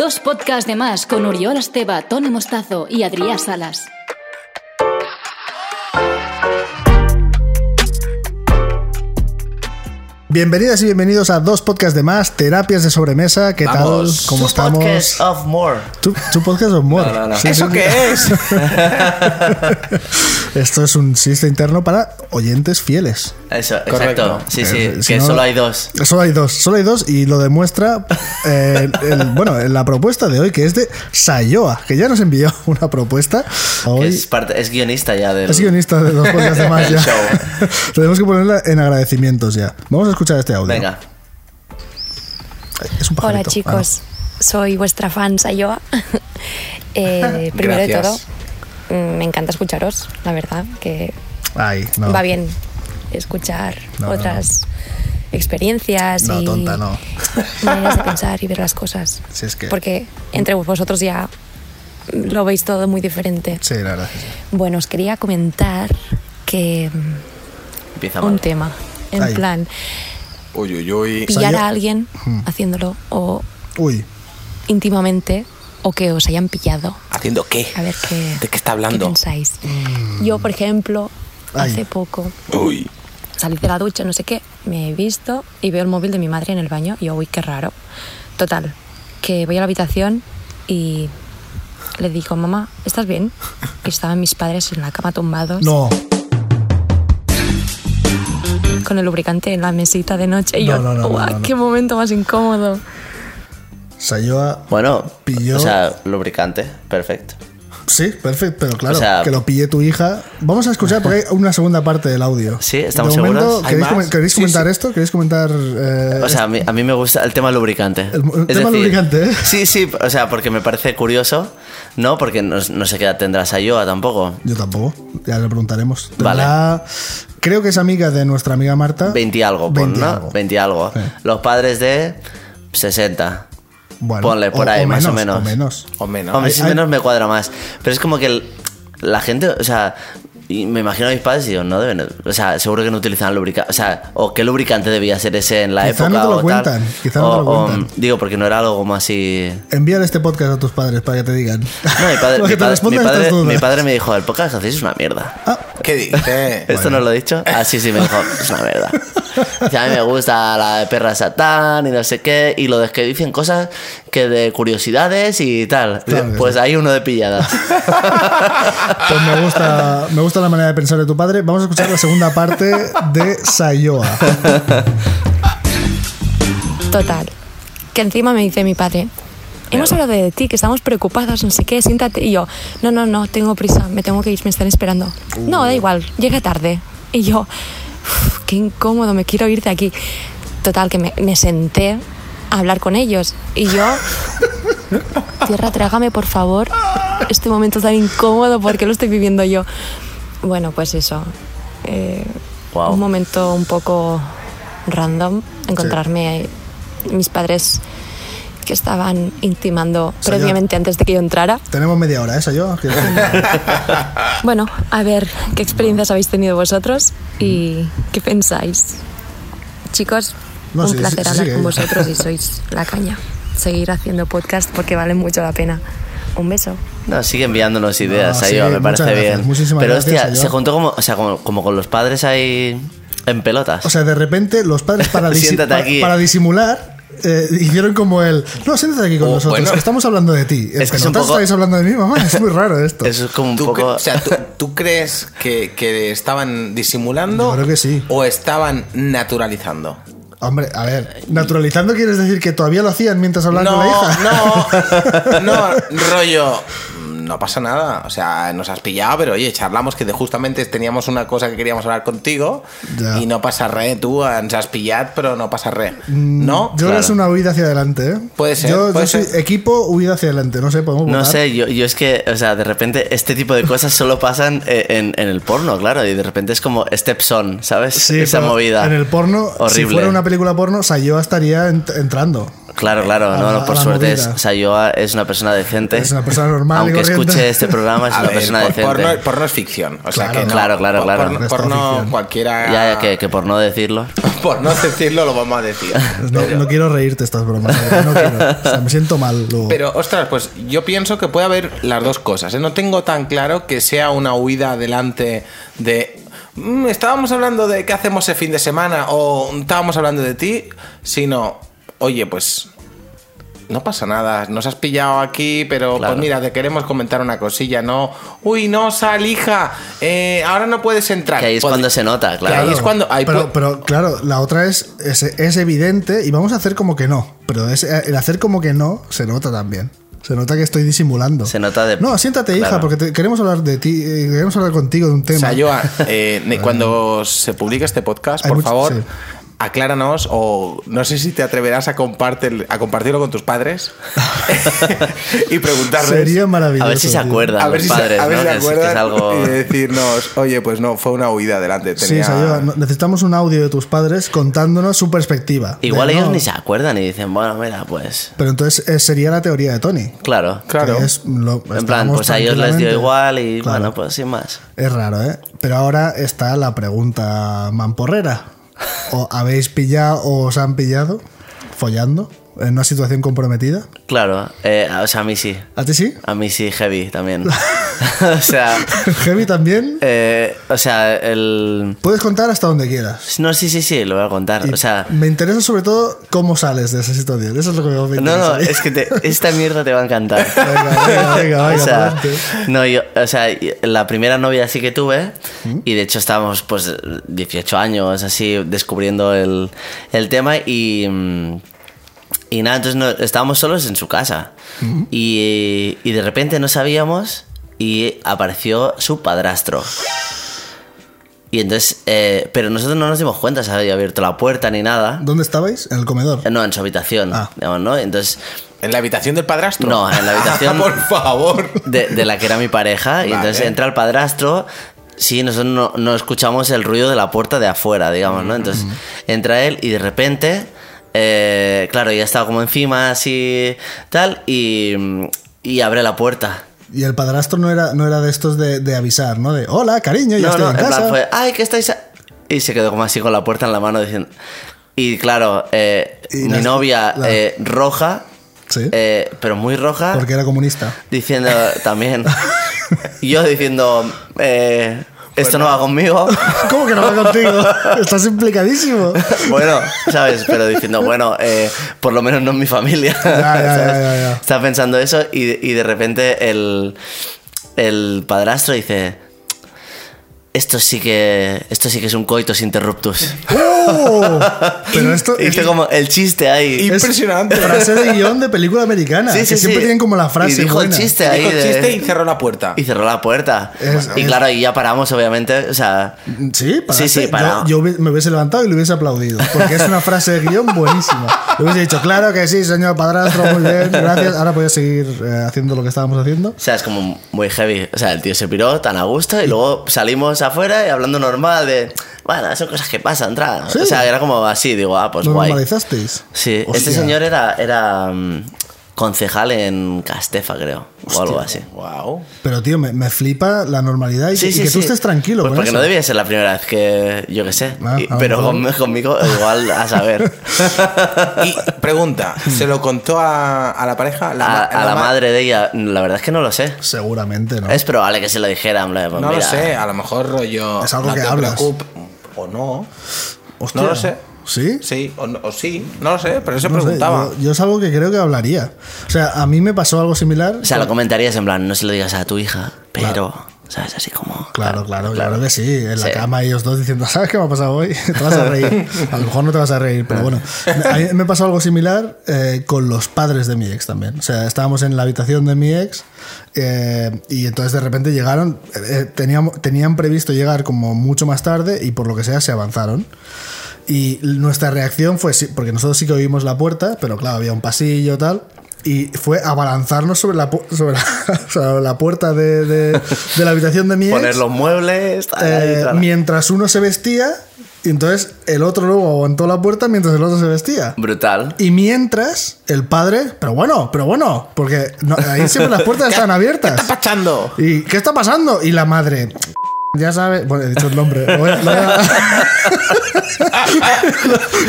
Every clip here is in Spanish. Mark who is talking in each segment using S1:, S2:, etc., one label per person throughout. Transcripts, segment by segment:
S1: Dos podcasts de más con Uriol Esteba, Tony Mostazo y Adrián Salas.
S2: Bienvenidas y bienvenidos a dos podcasts de más, terapias de sobremesa. ¿Qué
S3: Vamos.
S2: tal? ¿Cómo
S4: Two
S2: estamos?
S4: podcasts of more.
S2: Tu, tu podcast of more.
S3: No, no, no.
S2: Sí,
S4: ¿Eso
S2: sí.
S4: qué es?
S2: Esto es un chiste interno para oyentes fieles.
S4: Eso,
S3: Correcto.
S4: exacto. Sí, sí,
S2: Eh, si
S4: que
S2: no-
S4: solo hay dos.
S2: Solo hay dos, solo hay dos y lo demuestra, eh, el- el- bueno, la propuesta de hoy que es de Sayoa, que ya nos envió una propuesta. Hoy
S4: Que es, parte, es guionista ya del...
S2: es guionista de dos podcasts de más
S4: El
S2: ya.
S4: show.
S2: Tenemos que ponerla en agradecimientos ya. Vamos a escuchar este audio.
S4: Venga.
S2: Es un
S5: Hola
S2: pajarito. Ah,
S5: chicos, soy vuestra fan Sayoa. Eh, primero de todo,
S3: Gracias.
S5: mm, me encanta escucharos, la verdad, que
S2: Ah, Ay, no.
S5: va bien escuchar
S2: No, no,
S5: otras experiencias
S2: No,
S5: y
S2: tonta, no.
S5: maneras de pensar y ver las cosas.
S2: Si es que-
S5: Porque entre vosotros ya lo veis todo muy diferente.
S2: Sí, la verdad. que sí.
S5: Bueno, os quería comentar que mm,
S4: Empieza mal.
S5: un tema, en
S2: Ahí.
S5: plan,
S3: Uy, uy, uy.
S5: pillar
S2: Sayo-
S5: a alguien
S2: Hmm.
S5: haciéndolo o
S2: Uy,
S5: íntimamente o que os hayan pillado.
S3: ¿Haciendo qué?
S5: A ver qué,
S3: ¿De qué está
S5: qué
S3: hablando?
S5: pensáis. Yo, por ejemplo,
S2: Mm. Ay.
S5: hace poco
S3: Uy.
S5: salí de la ducha, no sé qué, me he visto y veo el móvil de mi madre en el baño y yo, uy, qué raro. Total, que voy a la habitación y le digo, mamá, ¿estás bien? Y estaban mis padres en la cama tumbados
S2: no.
S5: con el lubricante en la mesita de noche y
S2: No,
S5: yo,
S2: no, no, no,
S5: "Guau,
S2: no, no.
S5: qué momento más incómodo.
S2: Sayoa.
S4: Bueno,
S2: Pilló-
S4: o sea, lubricante, perfecto.
S2: Sí, perfecto, pero claro,
S4: O sea-
S2: que lo pille tu hija. Vamos a escuchar porque hay una segunda parte del audio.
S4: Sí, ¿estamos
S2: De momento,
S4: seguros? ¿Hay
S2: ¿Queréis,
S3: más?
S2: comen- queréis
S3: Sí,
S2: comentar
S3: sí.
S2: esto? ¿Queréis comentar.? eh,
S4: O sea, a mí, a mí me gusta el tema lubricante.
S2: El mu- tema lubricante, ¿eh?
S4: Sí, sí, o sea, porque me parece curioso, ¿no? Porque no, no sé qué edad tendrás a Yoa tampoco.
S2: Yo tampoco, ya le preguntaremos.
S4: Vale.
S2: Tendrá- Creo que es amiga de nuestra amiga Marta.
S4: 20 y algo, pon,
S2: 20
S4: ¿no?
S2: algo.
S4: 20 y algo.
S2: Sí.
S4: Los padres de 60.
S2: Bueno,
S4: Ponle por ahí, más o menos.
S2: O menos.
S3: O menos.
S4: Hombre, si
S2: hay-
S4: menos me cuadra más. Pero es como que el- la gente, o sea, y me imagino a mis padres y digo, no deben, o sea, seguro que no utilizaban lubricante, o sea, o qué lubricante debía ser ese en la
S2: Quizá
S4: época
S2: no te lo
S4: o tal.
S2: cuentan, quizá no te
S4: O-
S2: lo
S4: o,
S2: cuentan.
S4: digo, porque no era algo como así.
S2: Envíale este podcast a tus padres para que te digan.
S4: No, mi padre,
S2: Lo que
S4: mi,
S2: te
S4: padre-
S2: respondan
S4: mi
S2: estas
S4: padre-
S2: dudas. Ah,
S4: mi padre me dijo, el podcast que hacéis es una mierda.
S3: ¿Qué dices?
S4: Esto no lo he dicho. Ah, sí, sí, me dijo, es una mierda. Dice, a mí me gusta la de perra satán y no sé qué, y lo de que dicen cosas que de curiosidades y tal.
S2: Claro que
S4: pues
S2: sí.
S4: hay uno de pilladas.
S2: Pues me gusta, me gusta la manera de pensar de tu padre. Vamos a escuchar la segunda parte de Sayoa.
S5: Total. Que encima me dice mi padre, hemos hablado de ti, que estamos preocupados, no sé qué, siéntate. Y yo, no, no, no, tengo prisa, me tengo que ir, me están esperando. No, da igual, llega tarde. Y yo, "Uf, qué incómodo, me quiero ir de aquí. Total, que me, me senté a hablar con ellos. Y yo, tierra, trágame, por favor. Este momento tan incómodo, porque lo estoy viviendo yo? Bueno, pues eso. Eh,
S4: Guau.
S5: Un momento un poco random, encontrarme mis padres que estaban intimando
S2: Señor.
S5: previamente antes de que yo entrara.
S2: Tenemos media hora, ¿eh, Sayoa? Que-
S5: Bueno, a ver qué experiencias habéis tenido vosotros y qué pensáis. Chicos,
S2: Mm. No,
S5: un
S2: sí, sí,
S5: placer
S2: sí,
S5: hablar
S2: sigue.
S5: con vosotros y sois la caña. Seguir haciendo podcast porque vale mucho la pena. Un beso.
S4: No, sigue enviándonos ideas,
S2: No,
S4: Sayo,
S2: sí,
S4: me
S2: muchas
S4: parece
S2: gracias,
S4: bien.
S2: muchísimas
S4: Pero
S2: gracias,
S4: hostia,
S2: Sayo.
S4: se juntó como, o sea, como, como con los padres ahí en pelotas.
S2: O sea, de repente los padres para, disi-
S4: Siéntate
S2: para,
S4: aquí.
S2: para disimular eh, hicieron como el... No, siéntate aquí con
S3: Oh,
S2: nosotros,
S3: bueno.
S2: estamos hablando de ti.
S4: Es que es
S2: no
S4: un poco-
S2: estáis hablando de mí, mamá. Es muy raro esto.
S4: Eso es como un
S3: ¿Tú, cre-
S4: poco.
S3: o sea, ¿tú, tú crees que, que estaban disimulando?
S2: Yo creo que sí.
S3: ¿O estaban naturalizando?
S2: Hombre, a ver, naturalizando quieres decir que todavía lo hacían mientras hablaban con la
S3: no,
S2: hija.
S3: no, no, rollo. mm, no pasa nada. O sea, nos has pillado, pero oye, charlamos que de- justamente teníamos una cosa que queríamos hablar contigo
S2: Ya.
S3: y no pasa re, tú ens has pillado, pero no pasa re. ¿No?
S2: Yo creo que es una huida hacia adelante, ¿eh?
S3: Puede ser,
S2: Yo, yo
S3: puede
S2: soy
S3: ser.
S2: equipo huida hacia adelante, no sé, podemos
S4: No
S2: votar.
S4: sé, yo, yo es que, o sea, de repente este tipo de cosas solo pasan eh, en, en el porno, claro, y de repente es como Stepson, ¿sabes?
S2: Sí,
S4: Esa
S2: pero
S4: movida.
S2: En el porno, si
S4: Horrible.
S2: fuera una película porno, Sayoa estaría ent- entrando.
S4: Claro, claro,
S2: a
S4: no,
S2: la-
S4: no,
S2: a
S4: por
S2: la
S4: suerte, es,
S2: movida.
S4: o sea, yo ah, es una persona decente.
S2: Es una persona normal y
S4: Aunque
S2: corriente.
S4: escuche este programa, es
S3: A
S4: una
S3: ver,
S4: persona
S3: por-
S4: decente.
S3: porno, porno es ficción. O sea
S2: Claro.
S3: que no.
S4: Claro, claro,
S3: Por-
S4: claro.
S3: Porno,
S2: Es todo
S3: porno
S2: ficción.
S3: cualquiera.
S4: Ya, ya, que, que por no decirlo.
S3: Por no decirlo, lo vamos a decir.
S2: No, no quiero reírte estas bromas, ¿eh? no quiero. O sea, me siento mal luego.
S3: Pero, ostras, pues yo pienso que puede haber las dos cosas. ¿eh? No tengo tan claro que sea una huida adelante de. "Mm, estábamos hablando de qué hacemos el fin de semana o estábamos hablando de ti, sino, oye, pues. No pasa nada, nos has pillado aquí, pero
S4: Claro.
S3: pues mira, te queremos comentar una cosilla, ¿no? Uy, no, sal, hija, eh, ahora no puedes entrar.
S4: Que ahí es
S3: Pod-
S4: cuando se nota,
S3: Que ahí
S4: claro.
S3: es cuando. ahí
S2: pero,
S3: pu-
S2: pero, claro, la otra es, es, es evidente y vamos a hacer como que no. Pero es- eh, el hacer como que no se nota también. Se nota que estoy disimulando.
S4: Se nota de-
S2: No, siéntate, hija,
S4: claro.
S2: porque te- queremos hablar de ti, eh, queremos hablar contigo de un tema.
S3: Sayoa, eh, ne- cuando se publique este podcast,
S2: Hay
S3: por
S2: mucho-
S3: favor,
S2: sí.
S3: acláranos o no sé si te atreverás a, compartir, a compartirlo con tus padres y preguntarles.
S2: Sería maravilloso.
S4: A ver si se
S2: tío.
S4: acuerdan
S3: A ver
S4: los
S3: si se,
S4: padres,
S3: a ver
S4: ¿no?
S3: si se
S4: Que es- que
S3: acuerdan
S4: es algo-
S3: y decirnos, oye, pues no, fue una huida adelante.
S2: Sí,
S3: tenía-
S2: Sayoa, no- necesitamos un audio de tus padres contándonos su perspectiva. De
S4: Igual
S2: no-
S4: ellos ni se acuerdan y dicen, bueno, mira, pues.
S2: Pero entonces eh, sería la teoría de Tony.
S4: Claro.
S3: Claro.
S2: Que es lo-
S4: En plan,
S2: estábamos
S4: pues a ellos les dio
S2: tranquilamente-
S4: igual y
S2: Claro.
S4: bueno, pues sin más.
S2: Es raro, ¿eh? Pero ahora está la pregunta mamporrera. ¿O habéis pillado o os han pillado follando en una situación comprometida?
S4: Claro, eh, o sea, a mí sí.
S2: ¿A ti sí?
S4: A mí sí, heavy también. o sea,
S2: Heavy también.
S4: eh, o sea, el.
S2: Puedes contar hasta donde quieras.
S4: No, sí, sí, sí, lo voy a contar.
S2: Y
S4: O sea,
S2: me interesa sobre todo cómo sales de esa situación. Eso es lo que me
S4: no,
S2: interesa.
S4: no, es que te- esta mierda te va a encantar.
S2: Venga, venga, venga, venga,
S4: o sea,
S2: pa'lante.
S4: no, yo, o sea, y- la primera novia sí que tuve, y de hecho estábamos pues 18 años así descubriendo el, el tema y... mm, Y nada, entonces no- estábamos solos en su casa. y, y de repente no sabíamos y apareció su padrastro. Y entonces, eh, pero nosotros no nos dimos cuenta, se había abierto la puerta ni nada.
S2: ¿Dónde estabais? En el comedor.
S4: No, en su habitación,
S2: Ah.
S4: digamos, ¿no? Entonces,
S3: ¿En la habitación del padrastro?
S4: No, en la habitación-
S3: por favor.
S4: de, de la que era mi pareja. Y entonces
S3: Vale.
S4: entra el padrastro. Sí, nosotros no, no escuchamos el ruido de la puerta de afuera, digamos, ¿no? Entonces entra él y de repente, eh, claro, ya estaba como encima, así, tal, y, y abre la puerta.
S2: Y el padrastro no era, no era de estos de, de avisar, ¿no? De hola, cariño, ya
S4: No,
S2: estoy
S4: no,
S2: en
S4: en
S2: casa.
S4: plan fue, ay, que estáis... a-". Y se quedó como así con la puerta en la mano diciendo... Y claro, eh,
S2: Y
S4: mi
S2: las-
S4: novia
S2: la-
S4: eh, roja,
S2: Sí.
S4: eh, pero muy roja,
S2: Porque era comunista.
S4: diciendo también... yo diciendo, eh, esto no va conmigo.
S2: ¿Cómo que no va contigo? Estás implicadísimo.
S4: Bueno, ¿sabes? Pero diciendo, bueno, eh, por lo menos no es mi familia.
S2: ya, ya,
S4: ¿sabes?
S2: ya, ya.
S4: Está pensando eso y, y de repente el, el padrastro dice, esto sí que esto sí que es un coitus interruptus.
S2: ¡Oh! Pero esto
S4: Hice
S2: esto-
S4: como el chiste ahí.
S2: es
S3: Impresionante.
S2: frase de guión de película americana.
S4: Sí, sí,
S2: que siempre
S4: sí.
S2: tienen como la frase.
S4: Y dijo el
S2: buena.
S4: chiste ahí.
S3: Dijo el
S4: de-
S3: chiste y cerró la puerta.
S4: y cerró la puerta.
S2: Es-
S4: y
S2: es-
S4: claro, y ya paramos, obviamente. O sea,
S2: Sí, paraste.
S4: Sí, sí, para.
S2: Yo, yo hubi- me hubiese levantado y le hubiese aplaudido. Porque es una frase de guión buenísima. Le hubiese dicho, claro que sí, señor padrastro, muy bien, gracias. Ahora voy a seguir eh, haciendo lo que estábamos haciendo.
S4: O sea, es como muy heavy. O sea, el tío se piró tan a gusto y luego salimos afuera y hablando normal de, bueno, son cosas que pasan, tra.
S2: Sí.
S4: O sea, era como así, digo, ah, pues
S2: ¿Lo
S4: guay.
S2: normalizasteis?
S4: Sí, este
S2: Hostia.
S4: señor era, era mm, concejal en Castefa, creo, o algo así.
S3: Wow.
S2: Pero tío, me, me flipa la normalidad y, que- y que tú estés tranquilo.
S4: Pues
S2: con
S4: porque
S2: eso.
S4: no debía ser la primera vez que, yo qué sé,
S2: Ah,
S4: Y-
S2: a lo
S4: pero
S2: mejor.
S4: con- conmigo igual a saber.
S3: Y pregunta, ¿se lo contó a, a la pareja? La
S4: a,
S3: ma-
S4: a la
S3: ma-
S4: madre de ella, la verdad es que no lo sé.
S2: Seguramente no.
S4: Es probable que se lo dijera, hombre, pues
S3: No
S4: mira.
S3: lo sé, a lo mejor rollo.
S2: Es algo
S3: no
S2: que
S3: te
S2: hablas.
S3: preocup- O no.
S2: Hostia.
S3: no lo sé.
S2: ¿Sí?
S3: Sí, o, no- o sí. No lo sé, pero eso
S2: No sé,
S3: preguntaba.
S2: yo, yo es algo que creo que hablaría. O sea, a mí me pasó algo similar.
S4: O sea, lo comentarías en plan, no se lo digas a tu hija, pero... ¿Sabes? Así como.
S2: Claro, claro, claro que sí. En la
S4: Sí.
S2: cama ellos dos diciendo, ¿sabes qué me ha pasado hoy? Te vas a reír. A lo mejor no te vas a reír, pero bueno. A mí me pasó algo similar eh, con los padres de mi ex también. O sea, estábamos en la habitación de mi ex eh, y entonces de repente llegaron, eh, teníamos, tenían previsto llegar como mucho más tarde y por lo que sea se avanzaron. Y nuestra reacción fue, sí, porque nosotros sí que oímos la puerta, pero claro, había un pasillo tal. Y fue abalanzarnos sobre la, pu- sobre la, sobre la puerta de, de- de la habitación de mi ex.
S4: Poner los muebles. tal,
S2: Eh,
S4: y tal.
S2: mientras uno se vestía, y entonces el otro luego aguantó la puerta mientras el otro se vestía.
S4: Brutal.
S2: Y mientras el padre, pero bueno, pero bueno, porque no- ahí siempre las puertas están abiertas.
S3: Está pachando.
S2: ¿Y qué está pasando? Y la madre, ya sabe, bueno, he dicho el nombre, lo voy a, lo voy a-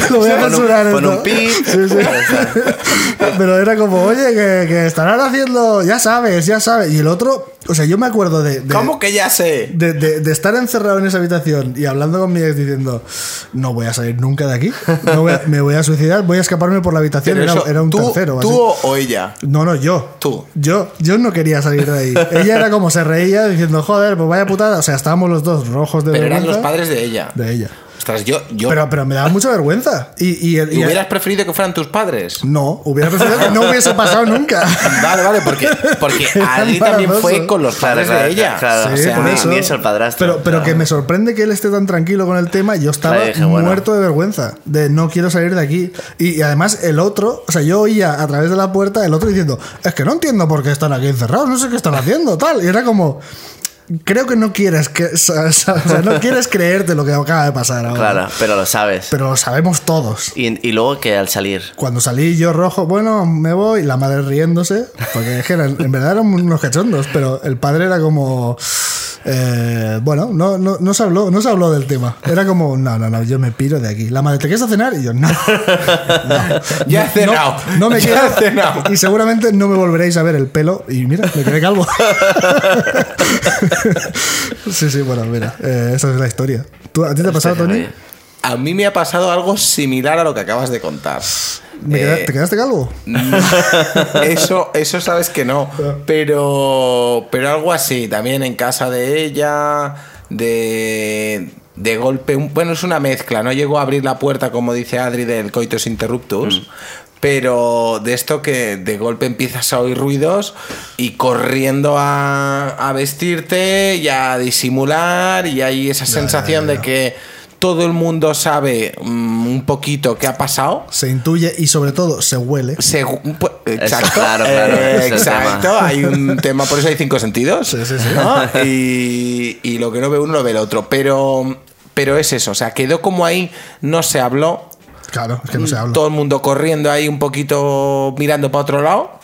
S2: lo voy a
S4: Pon un-
S2: censurar
S4: pon
S2: esto.
S4: un pip.
S2: Sí, sí. Pero era como, oye, que, que estarán haciendo, ya sabes, ya sabes. Y el otro, o sea, yo me acuerdo de- de
S3: ¿Cómo que ya sé?
S2: de, de- de estar encerrado en esa habitación y hablando con mi ex diciendo, no voy a salir nunca de aquí, no voy a- me voy a suicidar, voy a escaparme por la habitación,
S3: Pero
S2: era,
S3: eso,
S2: era un
S3: tú,
S2: tercero. o
S3: ¿Tú
S2: así.
S3: o- o ella?
S2: No, no, yo.
S3: Tú.
S2: Yo, yo no quería salir de ahí. Ella era como se reía diciendo, joder, pues vaya putada. O sea, estábamos los dos rojos de
S3: Pero eran los
S2: vergüenza
S3: padres de ella.
S2: de ella.
S3: Ostras, yo. yo
S2: Pero, pero me daba mucha vergüenza. Y, y, el- y-
S3: ¿y ¿Hubieras preferido que fueran tus padres?
S2: No, hubiera preferido que no hubiese pasado nunca.
S3: Vale, vale, porque, porque
S2: Era
S3: Adri también fue
S2: embarazoso.
S3: con los
S4: Claro,
S3: padres
S4: claro,
S3: de ella.
S4: claro.
S3: O
S2: Sí,
S3: sea,
S2: por
S4: ni-
S2: eso.
S4: ni es el padrastro,
S2: Pero, pero
S4: claro.
S2: que me sorprende que él esté tan tranquilo con el tema. Yo estaba
S4: Claro, dije, bueno.
S2: muerto de vergüenza. De no quiero salir de aquí. Y, y además el otro, o sea, yo oía a través de la puerta el otro diciendo, es que no entiendo por qué están aquí encerrados, no sé qué están haciendo, tal. Y era como... Creo que no quieres que o sea, o sea, no quieres creerte lo que acaba de pasar ahora.
S4: Claro, pero lo sabes.
S2: Pero lo sabemos todos.
S4: Y, y luego que al salir.
S2: Cuando salí yo rojo, bueno, me voy, la madre riéndose, porque es que eran- en verdad eran unos cachondos, pero el padre era como... eh, bueno, no, no, no se habló, no se habló del tema. Era como, no, no, no, yo me piro de aquí. La madre, ¿te quieres a cenar? Y yo, no. no
S3: Ya he
S2: No,
S3: cenado.
S2: No, me
S3: Ya
S2: quiero
S3: he cenado.
S2: Y seguramente no me volveréis a ver el pelo. Y mira, me quedé calvo. sí, sí, bueno, mira, eh, esa es la historia. ¿Tú, ¿A ti te ha pasado, Tony?
S4: Oye,
S3: A mí me ha pasado algo similar a lo que acabas de contar.
S2: ¿Me queda-
S3: Eh,
S2: ¿Te quedaste calvo?
S3: eso, eso sabes que no. Pero, pero algo así, también en casa de ella, de, de golpe. un- Bueno, es una mezcla, no llegó a abrir la puerta, como dice Adri, del coitus interruptus. Pero de esto que de golpe empiezas a oír ruidos y corriendo a, a vestirte y a disimular y hay esa sensación de que todo el mundo sabe mm, un poquito qué ha pasado
S2: Se intuye y sobre todo se huele.
S3: según pu- exacto
S4: claro, claro,
S3: eh,
S4: ese es el
S3: exacto
S4: tema.
S3: hay un tema por eso hay cinco sentidos
S2: Sí, sí, sí.
S3: ¿no? y, y lo que no ve uno lo ve el otro pero pero es eso o sea quedó como ahí no se habló
S2: Claro, es que no se habla.
S3: todo el mundo corriendo ahí un poquito mirando para otro lado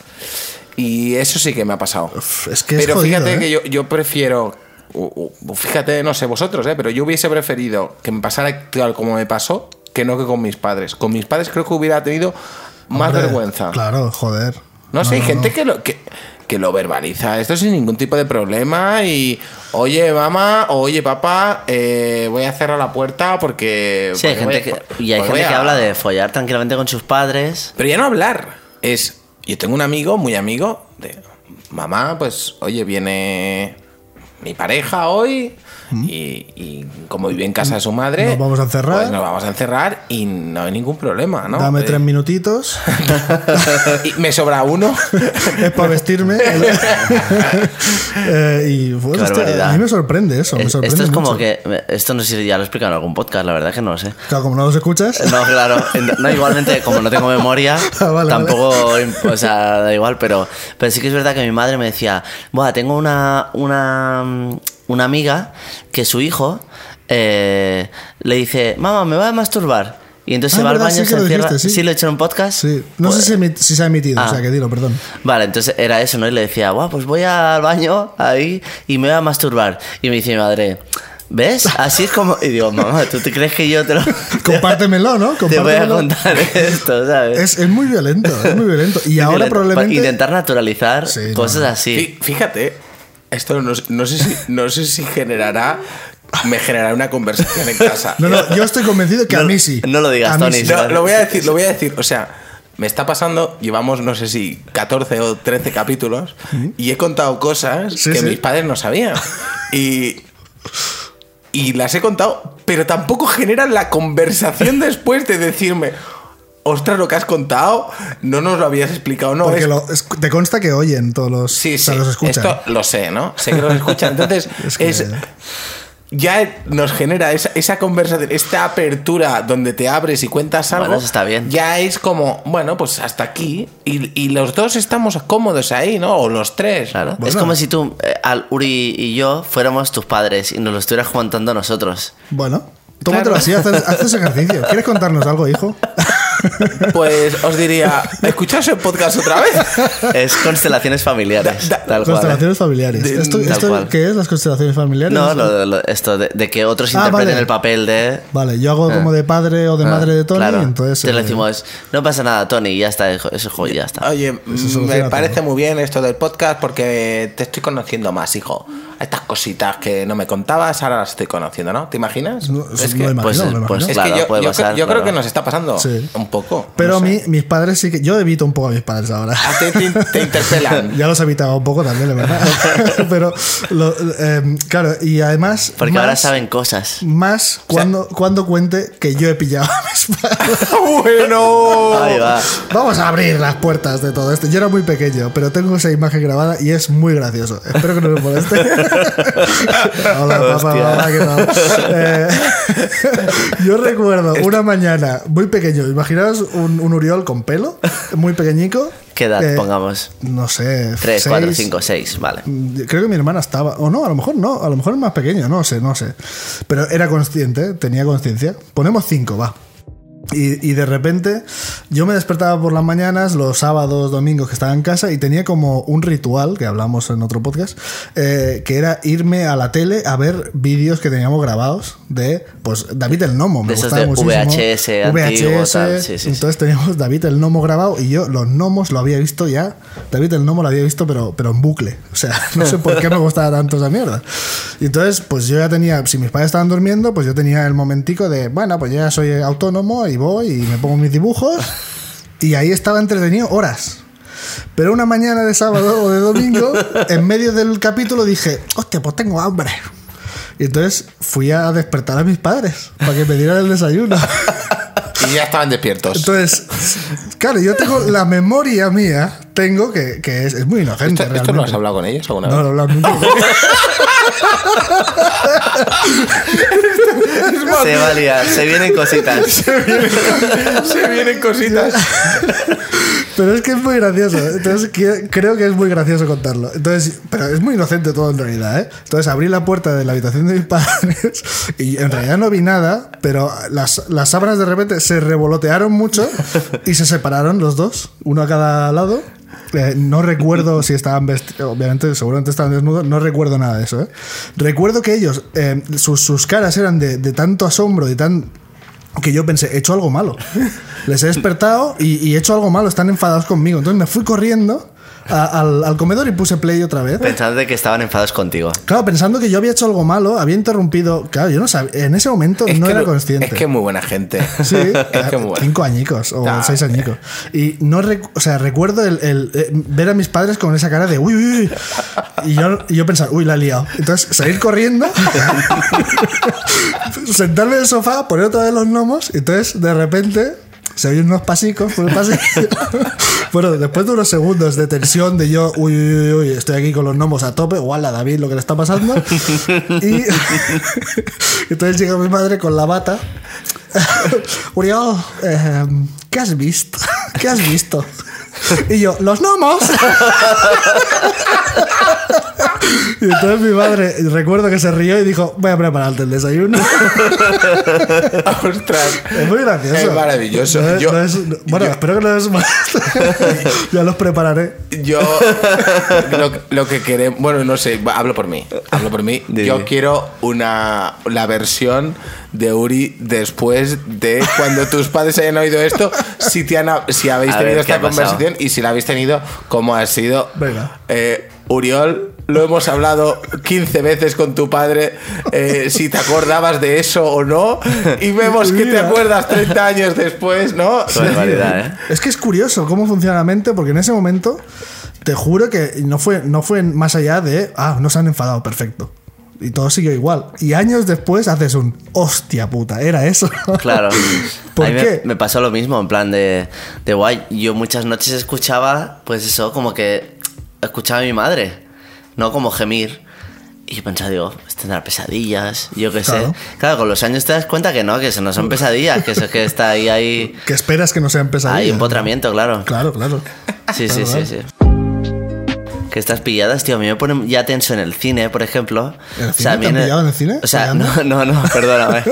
S3: y eso sí que me ha pasado
S2: Uf, Es que es
S3: pero
S2: jodido,
S3: fíjate
S2: ¿eh?
S3: que yo, yo prefiero. o- o- Fíjate, no sé vosotros, ¿eh? pero yo hubiese preferido que me pasara tal como me pasó que no que con mis padres. Con mis padres creo que hubiera tenido más
S2: Hombre,
S3: vergüenza.
S2: Claro, joder.
S3: No, sé, hay gente
S2: no.
S3: Que, lo, que, que lo verbaliza esto sin ningún tipo de problema y oye mamá, o, oye papá, eh, voy a cerrar la puerta porque...
S4: Sí, hay
S3: porque
S4: gente
S3: voy-
S4: que, y hay
S3: porque voy
S4: gente que
S3: a-
S4: habla de follar tranquilamente con sus padres.
S3: pero ya no hablar. Es. Yo tengo un amigo, muy amigo, de. Mamá, pues, oye, viene mi pareja hoy. Y, y como vive en casa de su madre.
S2: Mm. Nos vamos a encerrar.
S3: pues nos vamos a encerrar y no hay ningún problema, ¿no?
S2: Dame
S3: Eh,
S2: tres minutitos.
S3: y me sobra uno.
S2: es para vestirme. Eh, y pues,
S4: Qué
S2: hostia,
S4: barbaridad.
S2: a mí me sorprende eso. Me
S4: Es-
S2: sorprende
S4: esto es como
S2: mucho.
S4: que. eh, Esto no sé si ya lo he explicado en algún podcast, la verdad que no lo sé.
S2: Claro, como no los escuchas.
S4: No, claro. No, igualmente, como no tengo memoria,
S2: Ah, vale,
S4: tampoco. O sea, da igual, pero, pero sí que es verdad que mi madre me decía: Buah, tengo una, una, mm, una amiga que su hijo eh, le dice: Mamá, me va a masturbar. Y entonces
S2: Ah,
S4: se va
S2: verdad,
S4: al baño,
S2: sí
S4: se
S2: que lo
S4: encierra.
S2: dijiste, sí.
S4: lo he hecho en un podcast.
S2: Sí. No
S4: Pues-
S2: sé si, emi- si se ha emitido,
S4: Ah.
S2: o sea, que dilo, perdón.
S4: Vale, entonces era eso, ¿no? Y le decía, guau, pues voy al baño ahí y me voy a masturbar. Y me dice mi madre, ¿ves? Así es como. Y digo, mamá, ¿tú te crees que yo te lo.
S2: Compártemelo, ¿no?
S4: Te voy a
S2: Compártemelo.
S4: contar esto, ¿sabes?
S2: Es, es muy violento, es muy violento. Y
S4: Muy
S2: ahora
S4: violento. Para
S2: probablemente.
S4: Intentar naturalizar
S2: Sí, no,
S4: cosas
S2: no.
S4: así.
S3: Fí- Fíjate, esto no, no sé si, no sé si generará. Me generará una conversación en casa.
S2: No, no, yo estoy convencido que a
S4: No-
S2: mí sí.
S4: no lo digas,
S2: A mí
S4: Tony,
S2: sí.
S4: no.
S3: No, lo voy a decir, lo voy a decir. O sea, Me está pasando, llevamos no sé si 14 o 13 capítulos y he contado cosas
S2: Sí,
S3: que
S2: sí.
S3: mis padres no sabían. Y, y las he contado, pero tampoco generan la conversación después de decirme, ostras, lo que has contado, no nos lo habías explicado, no.
S2: Porque
S3: es-
S2: lo- es- te consta que oyen todos los.
S3: Sí,
S2: o sea,
S3: sí,
S2: los escuchan.
S3: esto lo sé, ¿no? Sé que los escuchan. Entonces,
S2: Es que-
S3: es- ya nos genera esa, esa conversación, esta apertura donde te abres y cuentas algo.
S4: Bueno, eso está bien.
S3: Ya es como, bueno, pues hasta aquí. Y, y los dos estamos cómodos ahí, ¿no? O los tres.
S4: Claro.
S3: ¿no?
S4: Es
S2: Bueno.
S4: como si tú, eh, al Uri y yo, fuéramos tus padres y nos lo estuvieras contando a nosotros.
S2: Bueno, tómatelo
S3: Claro.
S2: así, haces, haces ejercicio. ¿Quieres contarnos algo, hijo?
S3: Pues os diría, escuchaos el podcast otra vez.
S4: Es constelaciones familiares.
S3: Da- da-
S4: tal cual,
S2: Constelaciones
S4: ¿eh?
S2: familiares.
S4: De-
S2: ¿Esto,
S4: tal
S2: esto
S4: cual.
S2: qué es? ¿Las constelaciones familiares?
S4: No, lo- lo- esto de, de que otros
S2: Ah,
S4: interpreten
S2: vale.
S4: el papel de.
S2: Vale, yo hago como de padre o de madre de Tony,
S4: Eh. Ah, Claro.
S2: entonces.
S4: Te lo
S2: eh, Ah,
S4: decimos, no pasa nada, Tony, y ya está, hijo- ese juego ya está.
S3: Oye,
S2: soluciona
S3: me
S2: todo.
S3: parece muy bien esto del podcast porque te estoy conociendo más, hijo. Estas cositas que no me contabas, ahora las estoy conociendo, ¿no? ¿Te imaginas?
S2: No,
S3: Es
S2: no
S3: que-
S2: imagino,
S4: pues-
S2: no imagino.
S4: pues-
S3: Es
S4: Claro,
S3: que yo,
S4: puede
S3: yo
S4: pasar,
S3: creo- yo
S4: claro.
S3: creo que nos está pasando
S2: Sí.
S3: un poco.
S2: Pero
S3: no
S2: a
S3: sé.
S2: mí, mis padres sí que. Yo evito un poco a mis padres ahora.
S4: Ah,
S3: A ti te, te interpelan.
S2: Ya los evitaba un poco también, la verdad. Pero, lo- eh, claro, y además.
S4: Porque ahora
S2: más-
S4: saben cosas.
S2: Más cuando, cuando cuente que yo he pillado a mis padres.
S3: bueno.
S4: Ahí va.
S2: Vamos a abrir las puertas de todo esto. Yo era muy pequeño, pero tengo esa imagen grabada y es muy gracioso. Espero que no me moleste. Hola, papá,
S4: Hostia.
S2: hola, ¿qué tal? Eh, yo recuerdo
S4: Este-
S2: una mañana muy pequeño. Imaginaos un, un Uriol con pelo, muy pequeñico.
S4: ¿Qué edad
S2: Eh,
S4: pongamos?
S2: No sé.
S4: 3, 4,
S2: seis.
S4: 5, 6, vale.
S2: Creo que mi hermana estaba, o no, a lo mejor no, a lo mejor es más pequeño, no sé, no sé. Pero era consciente, tenía conciencia. Ponemos cinco, va. Y, y de repente yo me despertaba por las mañanas, los sábados, domingos que estaba en casa y tenía como un ritual, que hablamos en otro podcast, eh, que era irme a la tele a ver vídeos que teníamos grabados de, pues, David el Nomo, me
S4: De esos
S2: gustaba
S4: de
S2: muchísimo.
S4: VHS antiguo, tal, sí, sí, sí.
S2: Entonces teníamos David el Nomo grabado y yo los gnomos lo había visto ya. David el Nomo lo había visto, pero, pero en bucle. O sea, no sé por qué me gustaba tanto esa mierda. Y entonces, pues yo ya tenía, si mis padres estaban durmiendo, pues yo tenía el momentico de, bueno, pues yo ya soy autónomo y voy y me pongo mis dibujos. Y ahí estaba entretenido horas. Pero una mañana de sábado o de domingo, en medio del capítulo dije, hostia, pues tengo hambre. Y entonces fui a despertar a mis padres para que me dieran el desayuno.
S3: Y ya estaban despiertos.
S2: Entonces, claro, yo tengo la memoria mía, tengo que, que es, es muy inocente.
S3: ¿Esto, esto
S2: realmente.
S3: lo has hablado con ellos alguna
S2: No lo he
S3: vez?
S2: hablado nunca.
S4: Se va a liar, se vienen cositas.
S3: Se vienen cositas.
S2: Pero es que es muy gracioso. Entonces que- creo que es muy gracioso contarlo. Entonces, pero es muy inocente todo en realidad, ¿eh? Entonces abrí la puerta de la habitación de mis padres y en realidad no vi nada, pero las, las sábanas de repente se revolotearon mucho y se separaron los dos, uno a cada lado. Eh, no recuerdo si estaban vestidos, obviamente, seguramente estaban desnudos, no recuerdo nada de eso. ¿eh? Recuerdo que ellos, eh, sus, sus caras eran de, de tanto asombro y tan que yo pensé, he hecho algo malo. Les he despertado y, y he hecho algo malo, están enfadados conmigo. Entonces me fui corriendo a- al, al comedor y puse play otra vez.
S4: Pensando de que estaban enfadados contigo.
S2: Claro, pensando que yo había hecho algo malo, había interrumpido. Claro, yo no sabía, en ese momento no
S3: que
S2: era
S3: lo-
S2: consciente.
S3: Es que muy buena gente.
S2: Sí,
S3: es que muy buena.
S2: cinco añicos o
S3: Ah,
S2: seis añicos. Y no recu- o sea, recuerdo el, el- eh, ver a mis padres con esa cara de uy, uy, uy. Y yo, y yo pensar, uy, la he liado. Entonces, salir corriendo, sentarme en el sofá, poner otra vez los gnomos. y Entonces, de repente. Se oyen unos pasicos por el pasillo. bueno, después de unos segundos de tensión, de yo, uy, uy, uy, uy, estoy aquí con los gnomos a tope, guala, David, lo que le está pasando. Y entonces llega mi madre con la bata Uriel, eh, ¿qué has visto? ¿Qué has visto? Y yo, los gnomos. Y entonces mi madre, recuerdo que se rió y dijo, voy a prepararte el desayuno.
S3: Ostras.
S2: Es muy gracioso.
S3: Es maravilloso.
S2: No es-
S3: Yo-
S2: no es- bueno,
S3: yo-
S2: espero que no es más. ya los prepararé.
S3: Yo lo, lo que queremos, bueno, no sé, hablo por mí, hablo por mí.
S4: Dime.
S3: Yo quiero una la versión de Uri después de cuando tus padres hayan oído esto, si te han, si habéis
S4: A ver,
S3: tenido
S4: ¿qué
S3: esta
S4: ha pasado?
S3: conversación y si la habéis tenido, cómo ha sido.
S2: Venga.
S3: Eh, Uriol Lo hemos hablado 15 veces con tu padre, eh, si te acordabas de eso o no. Y vemos que te
S2: Mira.
S3: acuerdas 30 años después, ¿no?
S4: Qué barbaridad, ¿eh?
S2: Es que es curioso cómo funciona la mente, porque en ese momento te juro que no fue, no fue más allá de, ah, no se han enfadado, perfecto. Y todo siguió igual. Y años después haces un, hostia puta, era eso.
S4: Claro.
S2: ¿Por
S4: A mí me-
S2: qué?
S4: Me, pasó lo mismo, en plan de, de guay. Yo muchas noches escuchaba, pues eso, como que escuchaba a mi madre, ¿no? Como gemir. Y yo pensaba, digo, pues tendrá pesadillas, yo qué
S2: Claro.
S4: sé. Claro, con los años te das cuenta que no, que eso no son pesadillas, que eso es que está ahí, ahí,
S2: que esperas que no sean pesadillas.
S4: ahí, empotramiento, claro.
S2: Claro, claro.
S4: Sí, sí,
S2: Claro,
S4: sí,
S2: claro.
S4: sí. Que estas pilladas, tío, a mí me ponen ya tenso en el cine, por ejemplo.
S2: ¿En el
S4: O
S2: cine?
S4: sea, a mí
S2: ¿Te han pillado en el cine?
S4: O sea,
S2: ¿Pillando?
S4: no, no, no, perdóname.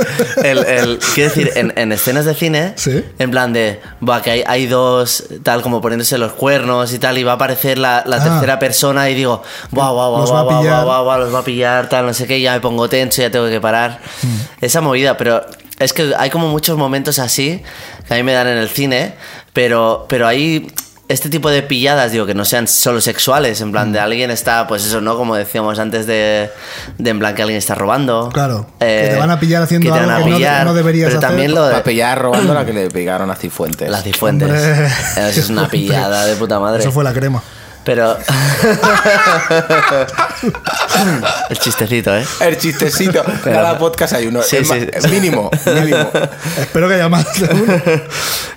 S4: El, el- quiero decir, en, en escenas de cine,
S2: Sí.
S4: en plan de, buah, que hay, hay dos, tal, como poniéndose los cuernos y tal, y va a aparecer la, la
S2: Ah.
S4: tercera persona y digo, guau, guau, guau,
S2: Los va a
S4: guau, guau,
S2: pillar.
S4: guau, guau, los va a pillar, tal, no sé qué, ya me pongo tenso, ya tengo que parar.
S2: Mm.
S4: Esa movida, pero es que hay como muchos momentos así que a mí me dan en el cine, pero, pero hay este tipo de pilladas, digo, que no sean solo sexuales, en plan de
S2: Mm.
S4: alguien está, pues eso, ¿no? Como decíamos antes de, de en plan que alguien está robando. Eh,
S2: Claro, que te van a pillar haciendo
S4: te van
S2: algo
S4: a
S2: que no- no deberías
S4: Pero
S2: hacer.
S4: también lo
S3: Para
S4: de
S3: pillar robando la que le pegaron a Cifuentes.
S4: las cifuentes.
S2: Hombre.
S4: Eso es una pillada de puta madre.
S2: Eso fue la crema.
S4: Pero... el chistecito, ¿eh?
S3: El chistecito.
S4: Pero-
S3: Cada podcast hay uno.
S4: Sí,
S3: Es ma-
S4: sí.
S3: es Mínimo, mínimo.
S2: Espero que haya más de uno.